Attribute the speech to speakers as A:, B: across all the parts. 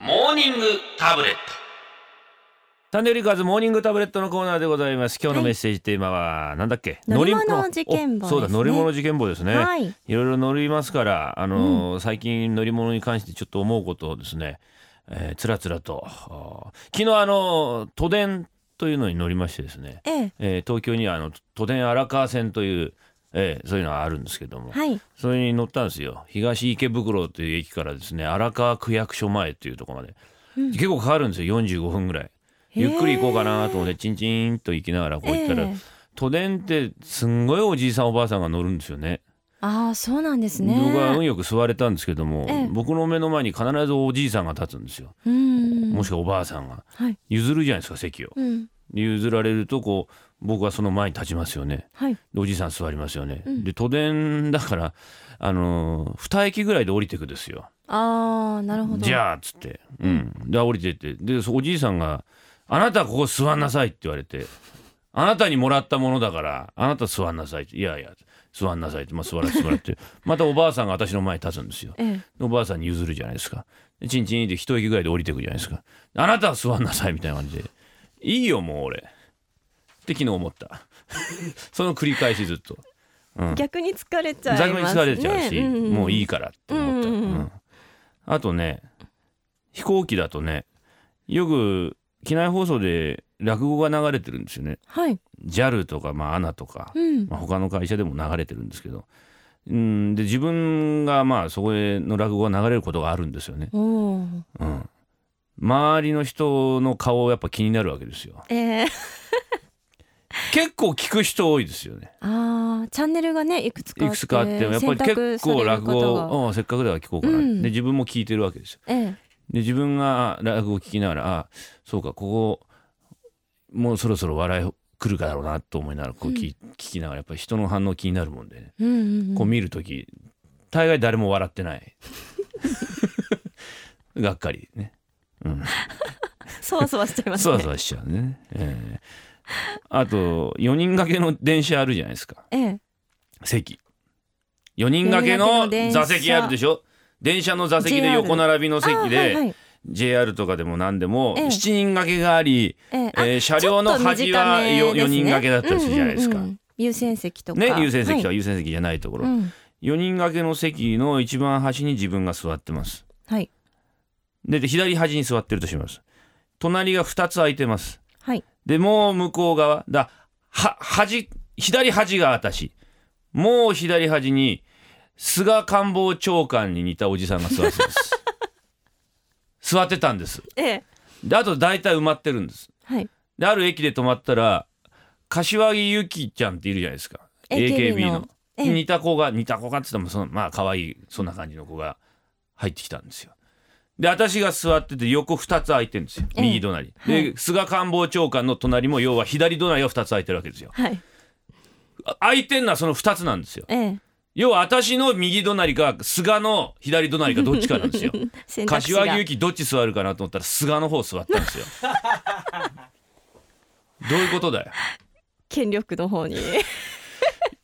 A: ニングタブレット
B: サンデーリカーズモーニングタブレットのコーナーでございます今日のメッセージテーマはなんだっけ、
C: 乗り物事件簿
B: おそうだ
C: ですね
B: 乗り物事件簿ですね、
C: はい
B: い、ろいろ乗りますからあのー、最近乗り物に関してちょっと思うことをですね、えー、つらつらとあー昨日あのー都電というのに乗りましてですね、
C: ええ
B: えー、東京にはあの都電荒川線という、えー、そういうのがあるんですけども、
C: はい
B: それに乗ったんですよ東池袋という駅からですね荒川区役所前というところまで、
C: うん
B: 結構かかるんですよ45分ぐらいゆっくり行こうかなと思ってチンチンと行きながらこう行ったら、
C: ええ
B: 都電ってすんごいおじいさんおばあさんが乗るんですよね
C: ああそうなんですね
B: 僕は運よく座れたんですけども、
C: ええ
B: 僕の目の前に必ずおじいさんが立つんですよ、
C: うん
B: もしくはおばあさんが
C: はい
B: 譲るじゃないですか席を
C: うん
B: 譲られるとこう僕はその前に立ちますよね
C: はい
B: でおじいさん座りますよね、
C: うん
B: で都電だからあのー、2駅ぐらいで降りてくですよ
C: ああなるほど
B: じゃあっつって、うん、で降りてってでそおじいさんが「あなたここ座んなさい」って言われて「あなたにもらったものだからあなた座んなさい」って「いやいや座んなさい」って、まあ、座らせてもらって またおばあさんが私の前に立つんですよ
C: ええ
B: おばあさんに譲るじゃないですかでチンチンって一息ぐらいで降りてくじゃないですかあなたは座んなさいみたいな感じで「いいよもう俺」って昨日思った その繰り返しずっと。うん
C: 逆に疲れちゃいます
B: ざ
C: ね
B: くに疲れちゃうし、
C: ん
B: もういいからって思った、
C: うんうんうん
B: うんあとね飛行機だとねよく機内放送で落語が流れてるんですよね
C: はい
B: JAL とか、まあ、ANA とか、
C: うん
B: まあ、他の会社でも流れてるんですけどうんで自分がまあそこへの落語が流れることがあるんですよね、
C: おおー
B: うん、周りの人の顔やっぱ気になるわけですよ
C: ええ
B: 結構聞く人多いですよね
C: ああチャンネルがねいくつか
B: いくつかあってもやっぱり結構落語をうんせっかくだから聞こうかな、
C: うん
B: で自分も聞いてるわけですよ
C: ええ
B: で自分が落語を聞きながらあそうかここもうそろそろ笑い来るかだろうなと思いながらこう聞,、聞きながらやっぱり人の反応気になるもんでね
C: うんうんうん
B: こう見る時大概誰も笑ってない がっかりね、うん、
C: そわそわしちゃいます
B: そ
C: ね
B: わそわしちゃうね、ええあと4人掛けの電車あるじゃないですか
C: ええ
B: 席4人掛けの
C: 四人掛けの電車
B: 座席あるでしょ電車の座席で
C: JR
B: 横並びの
C: あ
B: 席
C: ーはいは
B: で
C: い
B: JR とかでも何でも
C: ええ
B: 7人掛けがあり、
C: ええあ
B: えー車両の端は
C: ちょっと短めですね
B: 4, 人掛けだったりするじゃないですか。
C: うんうんうん優先席とか
B: ね優先席と
C: は
B: か
C: い
B: 優先席じゃないところ、
C: うん
B: 4人掛けの席の一番端に自分が座ってます
C: はい
B: でで左端に座ってるとします隣が2つ空いてます
C: はい
B: でもう向こう側だは端左端が私もう左端に菅官房長官に似たおじさんが座ってます座ってたんです
C: ええ
B: であと大体埋まってるんです
C: はい
B: である駅で止まったら柏木由紀ちゃんっているじゃないですか
C: AKB
B: AKB の
C: のええ
B: 似た子が似た子がっつってもそのまあ可愛いそんな感じの子が入ってきたんですよで私が座ってて横2つ空いてるんですよ
C: ええ
B: 右隣、
C: は
B: で菅官房長官の隣も要は左隣が2つ空いてるわけですよ
C: はい
B: あ空いてんのはその2つなんですよ
C: ええ
B: 要は私の右隣か菅の左隣かどっちかな んですよ
C: 選択肢が
B: 柏木由紀どっち座るかなと思ったら菅の方座ったんで すよどういうことだよ
C: 権力の方に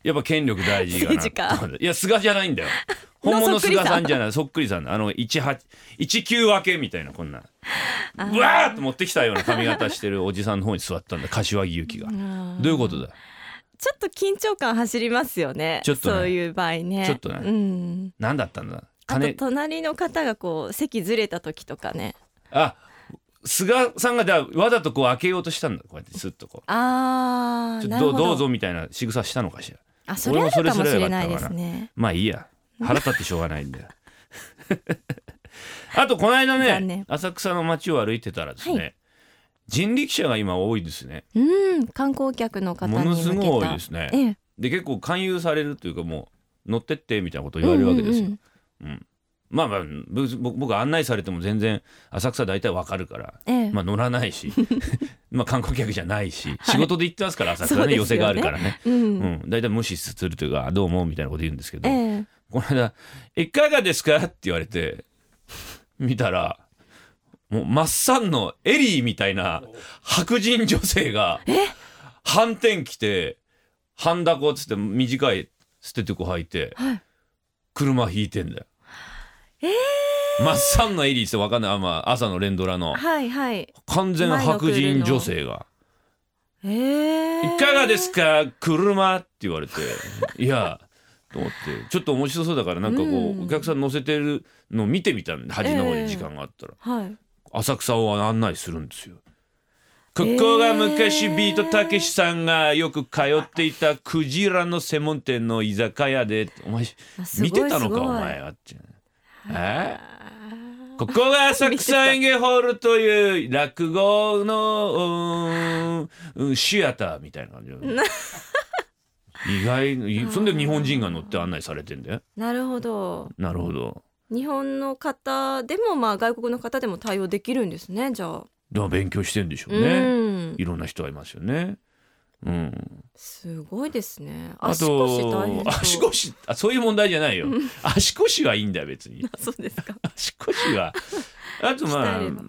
B: やっぱ権力大事かな
C: 政
B: いや菅じゃないんだよ
C: の
B: 本物の
C: そっくり
B: 菅
C: さん
B: さんじゃないそっくりさんあの18 19分けみたいなこんな
C: あ
B: うわーっと持ってきたような髪型してるおじさんの方に座ったんだ柏木由紀がど
C: ど
B: ういうことだよ
C: ちょっと緊張感走りますよね
B: ちょっとね
C: そういう場合ね
B: ちょっとね
C: うん
B: 何だったんだ
C: あと
B: 金
C: 隣の方がこう席ずれた時とかね
B: あ菅さんがだわざとこう開けようとしたんだこうやってスッとこう
C: あー
B: ちょっ
C: なる
B: とどう
C: ほど
B: どうぞみたいな仕草したのかしら
C: あそれあるかもしれないですね
B: まあいいや腹立ってしょうがないんだよ あとこの間
C: 残
B: ね
C: 念
B: 浅草の街を歩いてたらですね、
C: は
B: 人力車が今多いですね
C: うん観光客の方に
B: も
C: 向けた
B: のすごい多いですね
C: ええ
B: で結構勧誘されるというかもう乗ってってみたいなことを言われるわけですよ、
C: うんうん
B: まあまあぶ僕僕案内されても全然浅草大体わかるから、
C: ええ
B: まあ乗らない しまあ観光客じゃないし、仕事で行ってますから浅草
C: そ
B: ね
C: うですよね
B: 寄せがあるからね、
C: う
B: うんん、大体無視するというかどう思うみたいなこと言うんですけど、
C: ええ
B: この間「いかがですか?」って言われて見たらもうマッサンのエリーみたいな白人女性が反転着て半ダコっつって短い捨ててこ履いて
C: はい
B: 車引いてんだよ。
C: ええ
B: 真っ青なエリーってわかんないあ、まあ、朝の連ドラの
C: はいはい
B: 完全白人女性が
C: ええ
B: 「いかがですか車」って言われて「いや」と思ってちょっと面白そうだからなんかこう、
C: うん
B: お客さん乗せてるのを見てみたんで端の方
C: ええ
B: に時間があったら、
C: はい
B: 浅草を案内するんですよ。ここが昔ビートたけしさんがよく通っていたクジラの専門店の居酒屋でお前
C: あすごい
B: 見てたの
C: すごい
B: かお前はって。え
C: あ
B: ここが浅草演芸ホールという落語のうーんうんシアターみたいな感じ
C: な
B: 意外にそんで日本人が乗って案内されてんだよ
C: ーなるほど
B: なるほど
C: 日本の方でもまあ外国の方でも対応できるんですねじゃあ、
B: でも勉強してんでしょうね
C: うん
B: いろんな人がいますよねうん
C: すごいですね
B: あ
C: 足腰大変
B: と
C: そう
B: 足腰あそういう問題じゃないよ足腰はいいんだよ別に
C: あそうですか
B: 足腰はあとまあ
C: 鍛えれば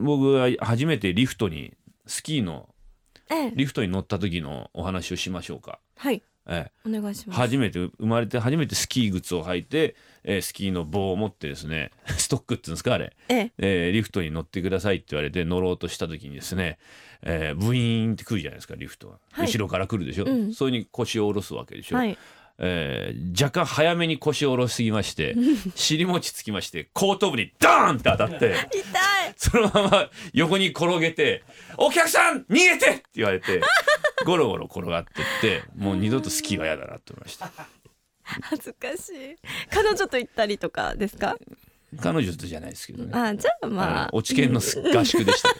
B: 僕は初めてリフトにスキーの
C: ええ
B: リフトに乗った時のお話をしましょうか
C: はい
B: ええ
C: お願いします
B: 初めて生まれて初めてスキー靴を履いて、えースキーの棒を持ってですね ストックって言うんですかあれ、
C: ええ
B: えーリフトに乗ってくださいって言われて乗ろうとした時にですね、えーブイーンって来るじゃないですかリフトは、
C: はい
B: 後ろから来るでしょ、
C: うん
B: それに腰を下ろすわけでしょ、
C: はい
B: えー若干早めに腰を下ろしすぎ まして尻餅つきまして後頭部にダーンって当たって
C: 痛い
B: そのまま横に転げて「お客さん逃げて!」って言わ れてゴロゴロ転がってってもう二度とスキーは嫌だなって思いました。
C: 恥ずかしい彼女と行ったりとかですか
B: 彼女とじゃないですけどね。
C: あじゃあまあ
B: の落研のす合宿で した。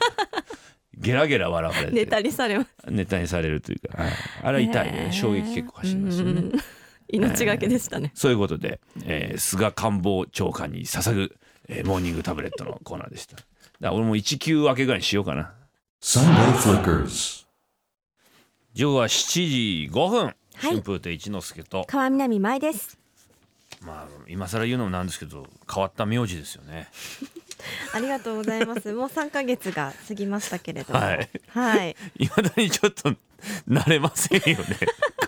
B: ゲラゲラ笑われて
C: ネタにされます
B: ネタにされるというか、はいあれは痛
C: ね
B: いね。
C: え
B: 衝撃結構走りますよ
C: うん
B: ね
C: うん。うん命がけでしたね、
B: そういうことで、えー菅官房長官に捧ぐ、えーモーニングタブレットのコーナーでした。だから俺も一級明けぐらいにしようかな。
A: Sunday Flickers.
B: ジョーは7時5分。
C: い
B: 春風亭一之輔と、
C: 川南舞です
B: まあ今更言うのもなんですけど、変わった名字ですよね。
D: ありがとうございます。もう三ヶ月が過ぎましたけれども、
B: は
D: はいい。
B: いまだにちょっと慣れませんよ ね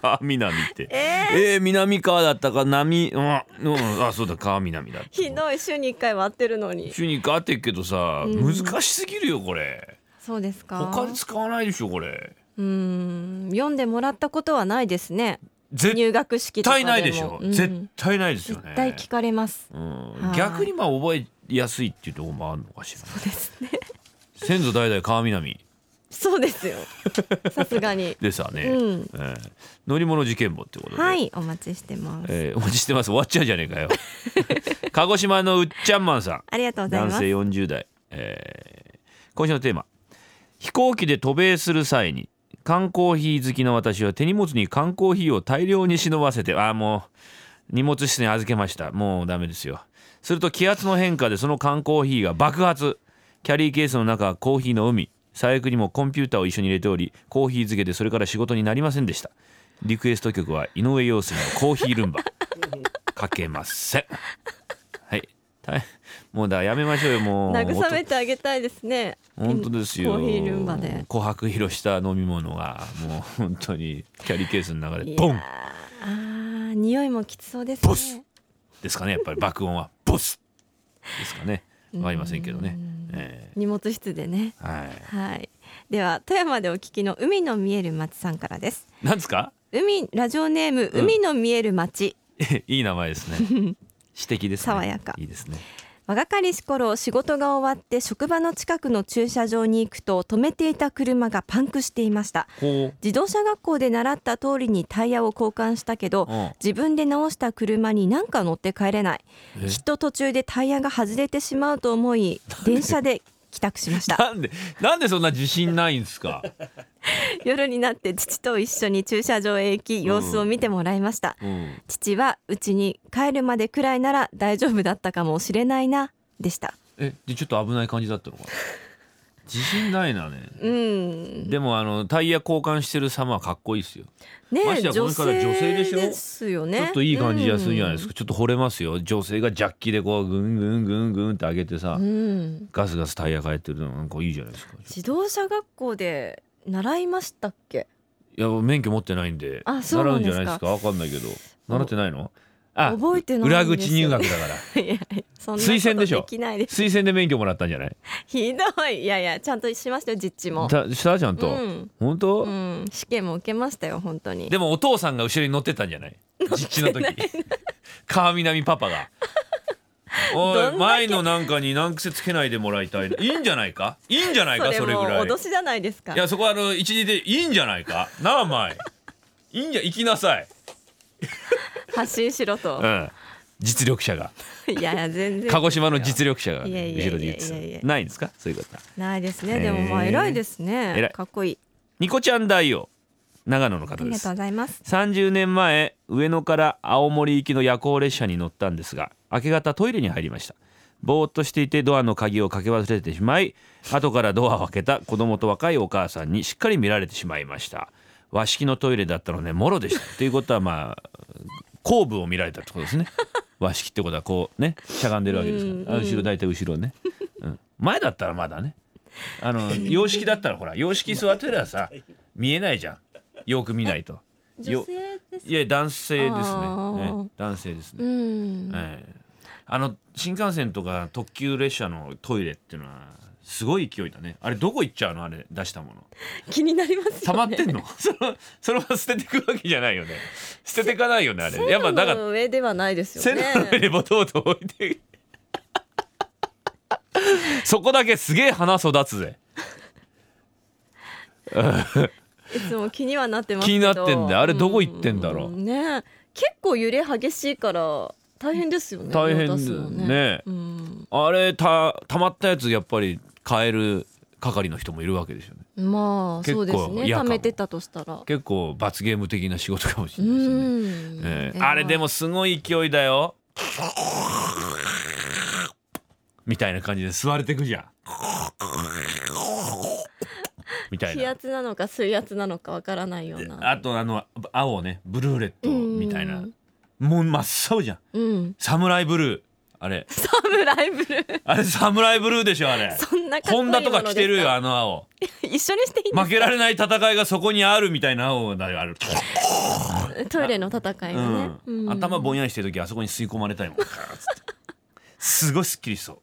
B: 川南って
D: え
B: えー南川だったか波うん、うん、あそうだ川南だ
D: ひどい週に一回は会ってるのに。
B: 週に一回あってっけどさ、難しすぎるよこれ
D: そうですか。
B: 他で使わないでしょこれ
D: うーん、読んでもらったことはないですね。
B: 絶
D: 入学式とか
B: 対
D: でも。
B: ないでしょ、
D: うん
B: 絶対ないですよね
D: 絶対聞かれ ます。
B: うん
D: はい
B: 逆にまあ覚えやすいっていうところもあるのかしら
D: ですね。
B: 先祖代々川南
D: そう ですよ。さすがに。
B: でさね、
D: うん
B: えー乗り物事件簿ってことで、
D: はい、お待ちしてます。
B: えーお待ちしてます終わっちゃうじゃねえ かよ鹿児島のうっちゃんまんさん
D: ありがとうござい
B: 男
D: ます。
B: 性40代、えー今週のテーマ飛行機で渡米する際に缶コーヒー好きの私は手荷物に缶コーヒーを大量に忍ばせてああもう荷物室に預けましたもうダメですよすると気圧の変化でその缶コーヒーが爆発キャリーケースの中はコーヒーの海最悪にもコンピューターを一緒に入れておりコーヒー漬けでそれから仕事になりませんでしたリクエスト曲は井上陽水のコーヒールンバかけませんはい大もうだやめましょうよもう
D: 慰めてあげたいですね。
B: 本当ですよ
D: コーヒールンバで。
B: 琥珀色した飲み物がもう本当にキャリーケースの中で
D: いや
B: ボ
D: ー
B: ン
D: ああ、匂いもきつそうです
B: ボス
D: ね。
B: ですかねやっぱり爆音はボスですかねわかりませんけどね、え
D: 荷物室でね。
B: えはい
D: はい。では富山でお聞きの海の見える町さんからです。
B: なんですか
D: 海ラジオネーム
B: うん
D: 海の見える町、
B: いい名前 ですね詩的ですね
D: 爽やか
B: いいですね
D: 若かりし頃仕事が終わって職場の近くの駐車場に行くと止めていた車がパンクしていました
B: こ
D: 自動車学校で習った通りにタイヤを交換したけど、
B: うん
D: 自分で直した車に何か乗って帰れない
B: え
D: きっと途中でタイヤが外れてしまうと思い電車で帰宅しまし
B: う
D: た
B: なんでなんでそんな自信ないんですか、
D: 夜になって父と一緒に駐車場へ行き様子を見てもらいました、
B: うん、
D: 父はうちに帰るまでくらいなら大丈夫だったかもしれないなでした
B: えでちょっと危ない感じだったのかな自信ないなね
D: うん
B: でもあのタイヤ交換してる様はかっこいいですよ
D: ね
B: ましてやこれ
D: 女
B: から
D: 性
B: 女性でしょ
D: ですよね
B: ちょっといい感じがするじゃないです
D: か、
B: か、ちょっと惚れますよ女性がジャッキでこうグングングングンって上げてさ、
D: うん、
B: ガスガスタイヤ変えてるのなんかいいじゃないですか
D: 自動車学校で習いましたっけ
B: いや免許持ってないんで
D: あそうなん
B: 習うんじ
D: ですか
B: ゃないですかわかんないけど習ってないのあ
D: 覚えてないんです
B: 裏
D: よ
B: 口入学だから
D: いやそんなこと
B: 推薦でしょ
D: できないです
B: 推薦で免許もらったんじゃない
D: ひどいいやいやちゃんとしましたよ実地も
B: たしたちゃんと、
D: うん
B: 本当、
D: うん試験も受けましたよ本当に
B: でもお父さんが後ろに乗ってたんじゃ ない実地の時 川南パパがお
D: どんだ
B: い
D: け
B: 前のなんかに難癖つけないでもらいたいいいんじゃないかいいんじゃないかそれ
D: も
B: ぐ
D: う
B: らい
D: 脅しじゃないですか
B: いやそこはあの一時でいいんじゃないかなあ前いいんじゃ行きなさい、
D: 発信しろと
B: うん、実力者が
D: いやいや全然
B: 鹿児島の実力者が後
D: いやいやいや
B: ろで言って
D: いやいやいや
B: たないんですかそういうこと
D: ないですね、
B: えー
D: でもまあ偉いです
B: 偉い
D: ねかっこいい
B: ニコちゃん大王長野の
D: あ
B: 方
D: り
B: で
D: が
B: す
D: とうございます
B: 30年前上野から青森行きの夜行列車に乗ったんですが明け方トイレに入りましたぼーっとしていてドアの鍵をかけ忘れてしまい後からドアを開けた子供と若いお母さんにしっかり見られてしまいました和式のトイレだったのでもろでしたということはまあ後部を見られたってことですね和式ってことはこうねしゃがんでるわけですからあ後ろ大体後ろね、うん、前だったらまだねあの洋式だったらほら洋式座ってたらさ見えないじゃんよく見ないとよ
D: 性です
B: いや男性です
D: あ
B: ね。
D: ー
B: ね男性ですね。
D: うん、
B: ええあの新幹線とか特急列車のトイレっていうのはすごい勢いだね。あれどこ行っちゃうのあれ出したもの。
D: 気になりますよね
B: 溜まって んの？そのそれは捨ててくわけじゃないよね。捨ててかないよねあれ。やっぱだ から
D: の上ではないですよ
B: 線
D: ね
B: 路の上にボトボト置い て。そこだけすげえ花育つぜ。
D: いつも気にはなってますけ
B: 気に
D: ど
B: なってんだよあれどこ行ってんだろう
D: ね結構揺れ激しいから大変ですよね
B: 大変
D: 用足すの
B: ねえ
D: うん、
B: あれた溜まったやつやっぱり買える係の人もいるわけですよね。
D: まあ
B: 結
D: そ
B: 構
D: うですね
B: 嫌か
D: 貯
B: も
D: めてたとしたら
B: 結構罰ゲーム的な仕事かもし
D: う
B: れないですね。
D: ん、
B: ええあれでもすごい勢いだよ。みたいな感じで吸われてくじゃん。みたい
D: 気
B: な。
D: 圧なのか水圧なのかわからないような
B: あとあの青ねブルーレットみたいな
D: うん。
B: もう真っ青じゃん。
D: うん
B: サムライブルー。あれ
D: サムライブルー
B: あれサムライブルーでしょあれ。
D: そんなかっこい
B: ホ
D: い
B: ン
D: もの
B: ダ
D: です
B: と
D: か
B: か着てるよあの青。
D: 一緒にしていいん
B: 負けられない戦いがそこにあるみたいな青だよある。
D: ですトイレの戦いがね、
B: うん
D: うん
B: 頭ぼんやりしてる時あそこに吸い込まれたいもんすごいすっきりしそ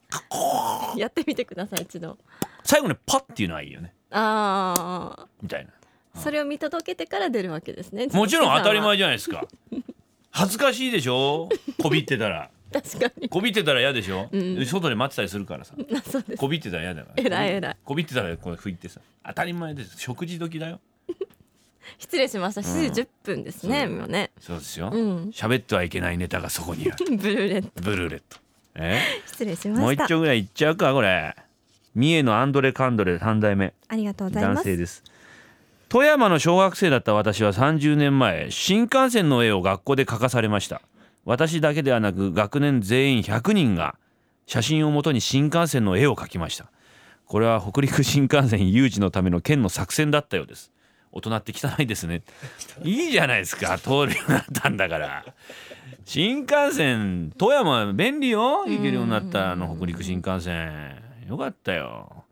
B: う
D: やってみてください一度
B: 最後にパッっていうのはいいよね
D: ああ
B: みたいな
D: それを見届けてから出るわけですね
B: もちろん当たり前
D: ジ
B: じゃないですか恥ずかしいでしょこびってたら
D: ョンさんは確かに
B: こびってたら嫌でしょ、
D: ん
B: 外で待ってたりするからさ
D: なそうです
B: こびってたら嫌だから
D: 偉い偉い
B: こびってたらこれ拭いてさ当たり前です食事時だよ
D: 失礼しました7時10分ですね、
B: うん
D: もうね
B: そうですよ
D: うん
B: 喋、ってはいけないネタがそこにある
D: ブルーレット
B: ブルーレットえ
D: 失礼しま
B: もう
D: した
B: 一丁ぐらいいっちゃうかこれ三重のアンドレカンドレ三代目
D: ありがとうございま
B: 男性
D: す
B: です富山の小学生だった私は30年前新幹線の絵を学校で描かされました私だけではなく学年全員100人が写真をもとに新幹線の絵を描きましたこれは北陸新幹線誘致のための県の作戦だったようです大人って汚いですねいいじゃないですか通るようになったんだから新幹線富山便利よ行けるようになったあの北陸新幹線よかったよ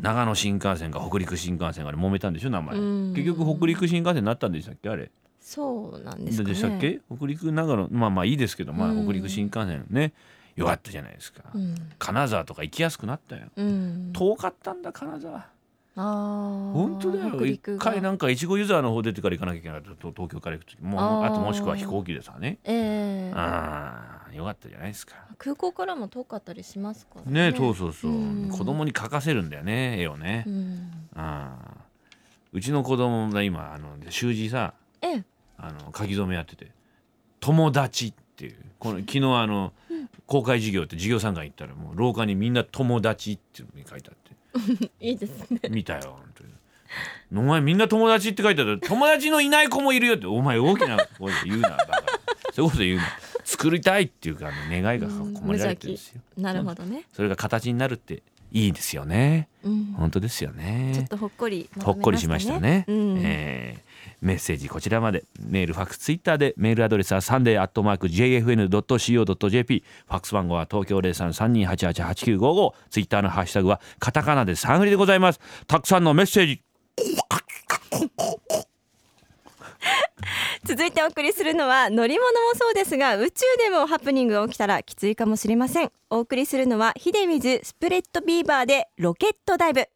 B: 長野新幹線か北陸新幹線があれ揉めたんでしょ名前
D: うん
B: 結局北陸新幹線になったんでしたっけあれ
D: そうなんですかね
B: でしたっけ北陸長野まあまあいいですけどまあ
D: うん
B: 北陸新幹線ねよかったじゃないですか
D: うん、
B: 金沢とか行きやすくなったよ
D: うん、
B: 遠かったんだ金沢
D: あー
B: 本当だよ
D: 北
B: 一
D: 陸が
B: 回なんか越後ユーザーの方出てから行かなきゃいけないとと東京から行く時もう
D: あ
B: あ
D: ー
B: ともしくは飛行機でさね
D: ええ
B: ああよかったじゃないですか
D: 空港からも遠かったりしますから
B: ね
D: ね
B: そうそうそう
D: うん
B: 子供に書かせるんだよね絵をね
D: うん、
B: あーうちの子供が今あの習字さ
D: ええ
B: あの書き初めやってて「友達」っていうこの昨日あの公開授業って授業参観行ったらもう廊下にみんな「友達」っていうのに書いてあって
D: いいですね
B: 見たよ本当に。お前みんな友達って書いてある友達のいない子もいるよってお前大きな声で言うなだからそういうこと言うな作りたいっていうかあの願いがこもりられてるんですよ
D: なるほどね、
B: それが形になるっていいですよね
D: うん、
B: 本当ですよね
D: ちょっとほっこりまとめ
B: ほっこりしましたね、
D: うん
B: えーメッセージこちらまでメールファックスツイッターでメールアドレスはサンデーアットマーク JFN.CO.JP ファックス番号は東京0332888955ツイッターのハッシュタグはカタカナでサンフリでございますたくさんのメッセージ
D: 続いてお送りするのは乗り物もそうですが宇宙でもハプニングが起きたらきついかもしれませんお送りするのは秀水スプレッドビーバーでロケットダイブ